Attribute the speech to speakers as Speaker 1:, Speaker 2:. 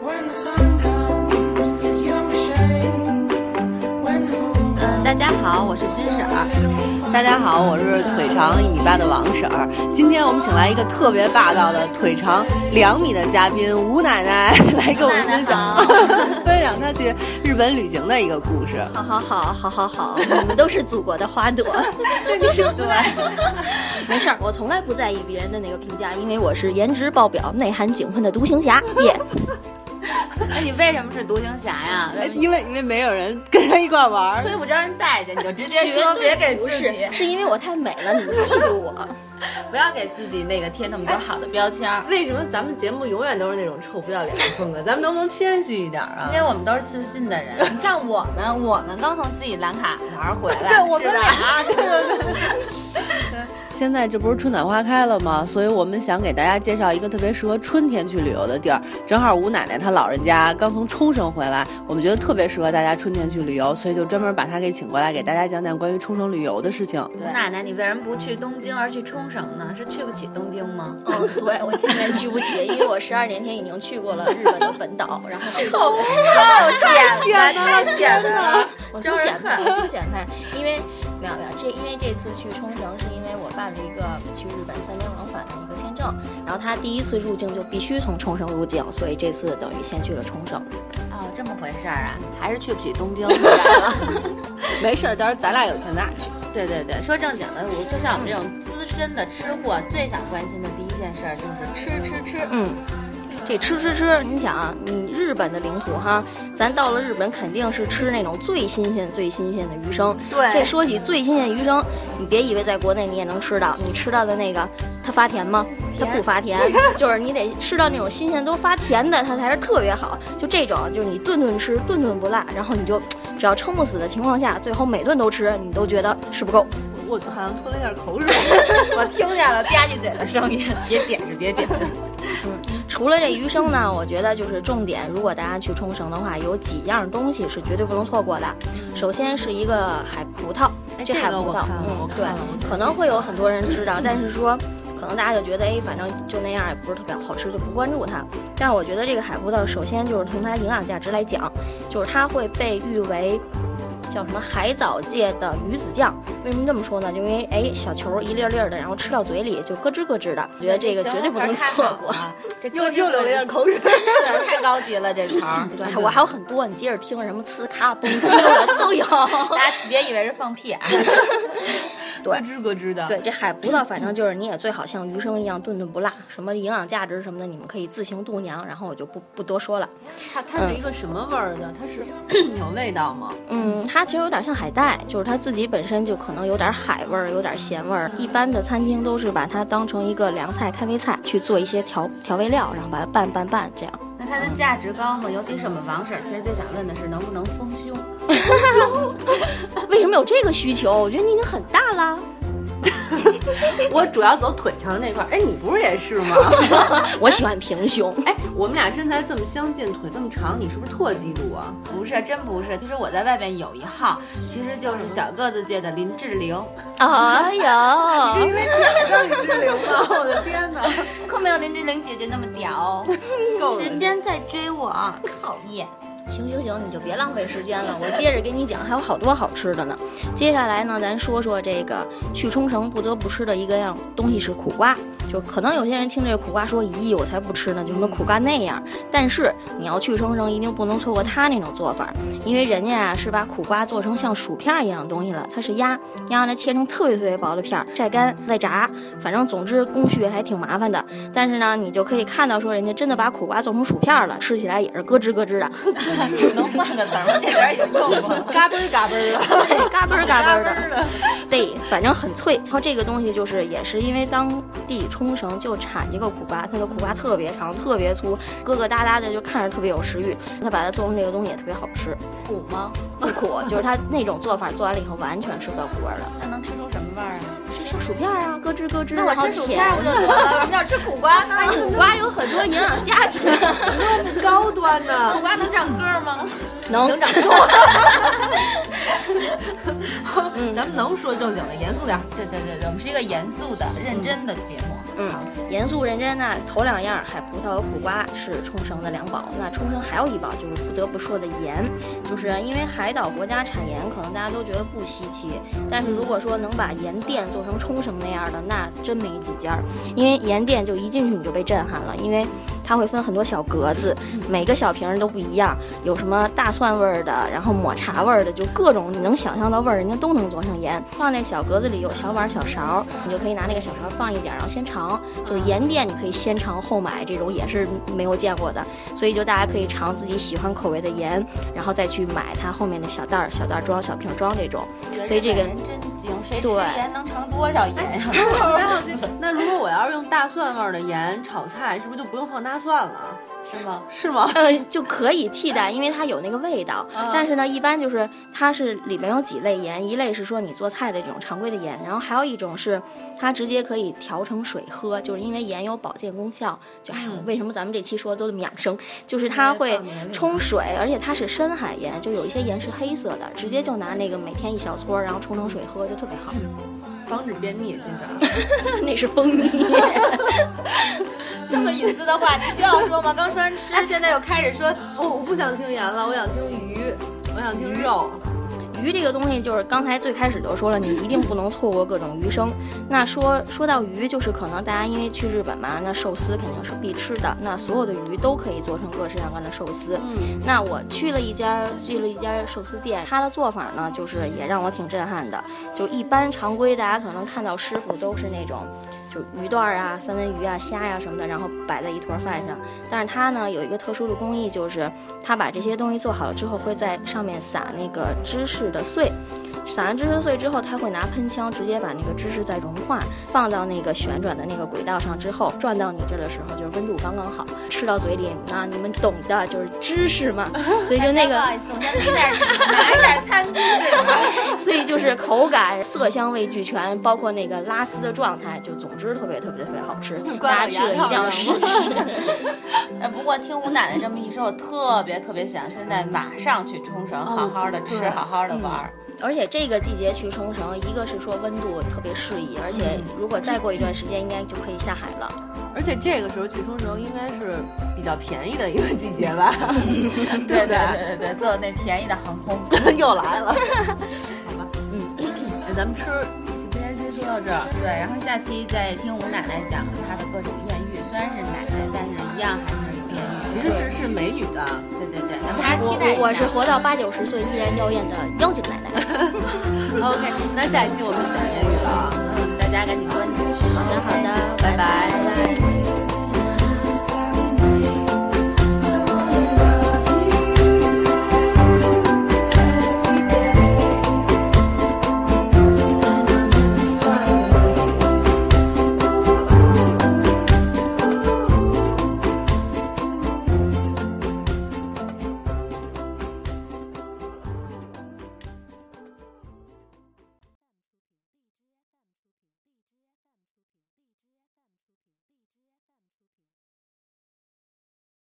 Speaker 1: When the sun comes, you'll be ashamed. When the moon
Speaker 2: 嗯，大家好，我是金婶儿。
Speaker 3: 大家好，我是腿长一米八的王婶儿。今天我们请来一个特别霸道的腿长两米的嘉宾吴奶奶来跟我们分 享
Speaker 2: 吴
Speaker 3: 分享她去日本旅行的一个故事。
Speaker 2: 好好好好好 好，我们都是祖国的花朵。你是对， 没事儿，我从来不在意别人的那个评价，因为我是颜值爆表、内涵井喷的独行侠。耶、
Speaker 4: 那你为什么是独行侠呀？为
Speaker 3: 哎
Speaker 4: 什么
Speaker 3: 因为因为没有人跟她一块儿玩儿，
Speaker 4: 所以我让人待见，你就直 接
Speaker 2: 绝
Speaker 4: 说，别
Speaker 2: 对
Speaker 4: 给
Speaker 2: 不
Speaker 4: 自己
Speaker 2: 是，，是因为我太美了，你们嫉妒我。
Speaker 4: 不要给自己那个贴那么多好的标签儿，
Speaker 3: 为什么咱们节目永远都是那种臭不要脸的风格？咱们能不能谦虚一点啊
Speaker 4: 因为我们都是自信的人。你像我们，我们刚从斯里兰卡玩儿回来，
Speaker 3: 对我们
Speaker 4: 是吧
Speaker 3: 俩
Speaker 4: 对对对，
Speaker 3: 现在这不是春暖花开了吗？所以我们想给大家介绍一个特别适合春天去旅游的地儿。正好吴奶奶她老人家刚从冲绳回来，我们觉得特别适合大家春天去旅游，所以就专门把她给请过来，给大家讲讲关于冲绳旅游的事情。
Speaker 4: 吴奶奶，你为什么不去东京而去冲绳呢？是去不起东京吗？
Speaker 2: 嗯，对，我今年去不起， 因为我十二年前已经去过了日本的本岛，然后这次。
Speaker 4: 太显
Speaker 3: 了太显了！
Speaker 2: 我
Speaker 4: 招
Speaker 2: 就
Speaker 4: 人
Speaker 2: 显摆，
Speaker 4: 恨
Speaker 2: 我就显摆，因为没有没有这，因为这次去冲绳是因为我办了一个去日本三年往返的一个签证，然后他第一次入境就必须从冲绳入境，所以这次等于先去了冲绳。
Speaker 4: 哦，这么回事儿啊，还是去不起 东京回来了。
Speaker 3: 没事儿，到时候咱俩有钱咱俩去。
Speaker 4: 对对对，说正经的，我就像我们这种资深的吃货，最想关心的第一件事儿就是吃吃吃。
Speaker 2: 嗯，这吃吃吃，你想啊，你日本的领土哈，咱到了日本肯定是吃那种最新鲜、最新鲜的鱼生。
Speaker 4: 对
Speaker 2: 这说起最新鲜鱼生，你别以为在国内你也能吃到，你吃到的那个它发甜吗？它不发甜，就是你得吃到那种新鲜都发甜的，它才是特别好。就这种，就是你顿顿吃，顿顿不落，然后你就只要撑不死的情况下，最后每顿都吃，你都觉得吃不够。
Speaker 3: 我 好像吞了一点口水。
Speaker 4: 我听见了吧唧嘴的声音，别解释，别解释。
Speaker 2: 除了这鱼生呢，我觉得就是重点，如果大家去冲绳的话，有几样东西是绝对不能错过的。首先是一个海葡萄，
Speaker 3: 哎
Speaker 2: 这
Speaker 3: 这
Speaker 2: 海
Speaker 3: 个
Speaker 2: 葡
Speaker 3: 我
Speaker 2: 萄
Speaker 3: 看了，我
Speaker 2: 嗯，
Speaker 3: 看
Speaker 2: 对
Speaker 3: 了我，
Speaker 2: 可能会有很多人知道，但是说。可能大家就觉得，哎，反正就那样，也不是特别好吃，就不关注它。但是我觉得这个海葡萄，首先就是从它营养价值来讲，就是它会被誉为叫什么海藻界的鱼子酱。为什么这么说呢？就因为哎，小球一粒儿粒儿的，然后吃到嘴里就咯吱咯吱的，我觉得这个绝对不能错 过。
Speaker 4: 这
Speaker 3: 又又流了一点口水。
Speaker 4: 水，太高级了这词儿。
Speaker 2: 对 我还有很多，你接着听什么呲咔嘣啾的 都有。
Speaker 4: 大家别以为是放屁啊！
Speaker 3: 咯吱咯吱的。
Speaker 2: 对，这海葡萄反正就是你也最好像余生一样顿顿不落，什么营养价值什么的，你们可以自行度量，然后我就不不多说了。
Speaker 3: 它它是一个什么味儿的？它是有味道吗？
Speaker 2: 嗯，它其实有点像海带，就是它自己本身就可能有点海味儿，有点咸味儿。一般的餐厅都是把它当成一个凉菜、开胃菜去做一些调调味料，然后把它拌拌拌这样。
Speaker 4: 那它的价值高吗？尤其是我们王婶儿，其实最想问的是能不能丰胸。
Speaker 2: 为什么有这个需求？我觉得你已经很大啦。
Speaker 3: 我主要走腿长这块儿。哎，你不是也是 吗？
Speaker 2: 我喜欢平 胸。
Speaker 3: 哎，我们俩身材这么相近，腿这么长，你是不是特嫉妒 啊？
Speaker 4: 不是，真不是。其实我在外边有一号，其实就是小个子界的林志玲。
Speaker 2: 哎 呦，
Speaker 3: 啊因为点上林志玲吗？我的天 哪，
Speaker 4: 可没有林志玲姐姐那么 屌，
Speaker 3: 够了！
Speaker 4: 时间在追我，啊讨厌。
Speaker 2: 行行行，你就别浪费时间了，我接着给你讲，还有好多好吃的呢。接下来呢，咱说说这个去冲绳不得不吃的一个样东西是苦瓜，就可能有些人听这个苦瓜说，咦，我才不吃呢，就什么苦瓜那样。但是你要去冲绳，一定不能错过他那种做法，因为人家啊是把苦瓜做成像薯片儿一样的东西了，它是压压完了切成特别特别薄的片儿，晒干再炸，反正总之工序还挺麻烦的。但是呢，你就可以看到说人家真的把苦瓜做成薯片儿了，吃起来也是咯吱咯吱的。
Speaker 4: 能换个词儿吗？这词儿已经用过了。
Speaker 3: 嘎嘣嘎嘣啊 的，
Speaker 2: 对 嘎嘣儿嘎嘣儿的，对，反正很脆。然后这个东西就是也是因为当地冲绳就产这个苦瓜，它的苦瓜特别长，特别粗，疙疙瘩瘩的，就看着特别有食欲。它把它做成这个东西也特别好吃，
Speaker 4: 苦吗？
Speaker 2: 不苦， 就是它那种做法做完了以后完全吃不到苦味儿了，
Speaker 4: 那能吃出什么味儿啊？
Speaker 2: 就像薯片儿啊，咯吱咯吱，
Speaker 4: 那我
Speaker 2: 然后
Speaker 4: 吃薯片
Speaker 2: 甜
Speaker 4: 我。就得了，为什么要吃哎苦瓜呢？
Speaker 2: 苦瓜有很多营养价值，
Speaker 4: 啊
Speaker 3: 高端呢。
Speaker 4: 苦瓜能长个儿吗？
Speaker 2: 能
Speaker 3: 长
Speaker 2: 长
Speaker 3: 肉，咱们能说正经的，严肃点儿。
Speaker 4: 对对对对，我们是一个严肃的、认真的节目。
Speaker 2: 嗯，严肃认真那头两样，海葡萄和苦瓜是冲绳的两宝。那冲绳还有一宝就是不得不说的盐，就是因为海岛国家产盐，可能大家都觉得不稀奇，但是如果说能把盐店做成冲绳那样的，那真没几家儿。因为盐店就一进去你就被震撼了，因为它会分很多小格子，每个小瓶儿都不一样，有什么大蒜味儿的，然后抹茶味儿的，就各种你能想象到味儿，人家都能做成盐。放那小格子里有小碗儿、小勺儿，你就可以拿那个小勺儿放一点儿，然后先尝。就是盐店你可以先尝后买，这种也是没有见过的，所以就大家可以尝自己喜欢口味的盐，然后再去买它后面的小袋儿、小袋儿装、小瓶儿装这种。所以这个
Speaker 4: 人真精，谁吃
Speaker 2: 对
Speaker 4: 盐能尝多少盐啊呀？
Speaker 3: 那如果我要是用大蒜味儿的盐炒菜，是不是就不用放大蒜了？
Speaker 4: 是吗？
Speaker 3: 是吗？
Speaker 2: 呃，就可以替代，因为它有那个味道。
Speaker 4: 啊
Speaker 2: 但是呢，一般就是它是里面有几类盐，一类是说你做菜的这种常规的盐，然后还有一种是它直接可以调成水喝，就是因为盐有保健功效。就哎呀，为什么咱们这期说都这么养生？就是它会冲水，而且它是深海盐，就有一些盐是黑色的，直接就拿那个每天一小撮儿，然后冲成水喝，就特别好。
Speaker 3: 防止便秘，这 个
Speaker 2: 那是蜂蜜。
Speaker 4: 这么隐私的话题就要说吗？刚说完吃，现在又开始说
Speaker 3: 哦，我不想听盐了，我想听鱼，我想听肉。
Speaker 2: 鱼这个东西，就是刚才最开始就说了，你一定不能错过各种鱼生。那说说到鱼，就是可能大家因为去日本嘛，那寿司肯定是必吃的，那所有的鱼都可以做成各式各样的寿司。
Speaker 3: 嗯，
Speaker 2: 那我去了一家去了一家寿司店，它的做法呢，就是也让我挺震撼的。就一般常规大家可能看到师傅都是那种，就鱼段儿啊、三文鱼啊、虾呀、什么的，然后摆在一坨饭上。但是它呢有一个特殊的工艺，就是它把这些东西做好了之后，会在上面撒那个芝士的碎。撒完芝士碎之后，它会拿喷枪直接把那个芝士再融化，放到那个旋转的那个轨道上之后，转到你这儿的时候，就是温度刚刚好，吃到嘴里啊，你们懂的，就是芝士嘛，所以就那
Speaker 4: 不
Speaker 2: 个
Speaker 4: 好意思，我先拿点拿点餐具。
Speaker 2: 所以就是口感、色香味俱全，包括那个拉丝的状态，就总之特别特别特别好吃。大家去了一定要试试。
Speaker 4: 哎，不过听吴奶奶这么一说，我特别特别想现在马上去冲绳，好好的吃，
Speaker 3: 哦对嗯
Speaker 4: 好好的玩儿。
Speaker 2: 而且这个季节去冲绳，一个是说温度特别适宜，而且
Speaker 4: 嗯
Speaker 2: 如果再过一段时间，应该就可以下海了。
Speaker 3: 而且这个时候去冲绳应该是比较便宜的一个季节 吧，对不对？
Speaker 4: 对对对对，坐那便宜的航 空。
Speaker 3: 又来了，好吧，嗯，那咱们吃，就今天先说到这儿。
Speaker 4: 对，然后下期再听吴奶奶讲她的各种艳遇，虽然是奶奶，但是一样还是有艳遇。
Speaker 3: 其实是是美女的，
Speaker 4: 对对对，咱们大家期待一
Speaker 2: 我
Speaker 4: 下。
Speaker 2: 我是活到八九十岁依然妖艳的妖精奶奶。
Speaker 3: OK，那下一期我们讲言语了啊，
Speaker 4: 嗯，大家赶紧关注。
Speaker 2: 好的，好的，
Speaker 3: 拜拜
Speaker 2: 拜拜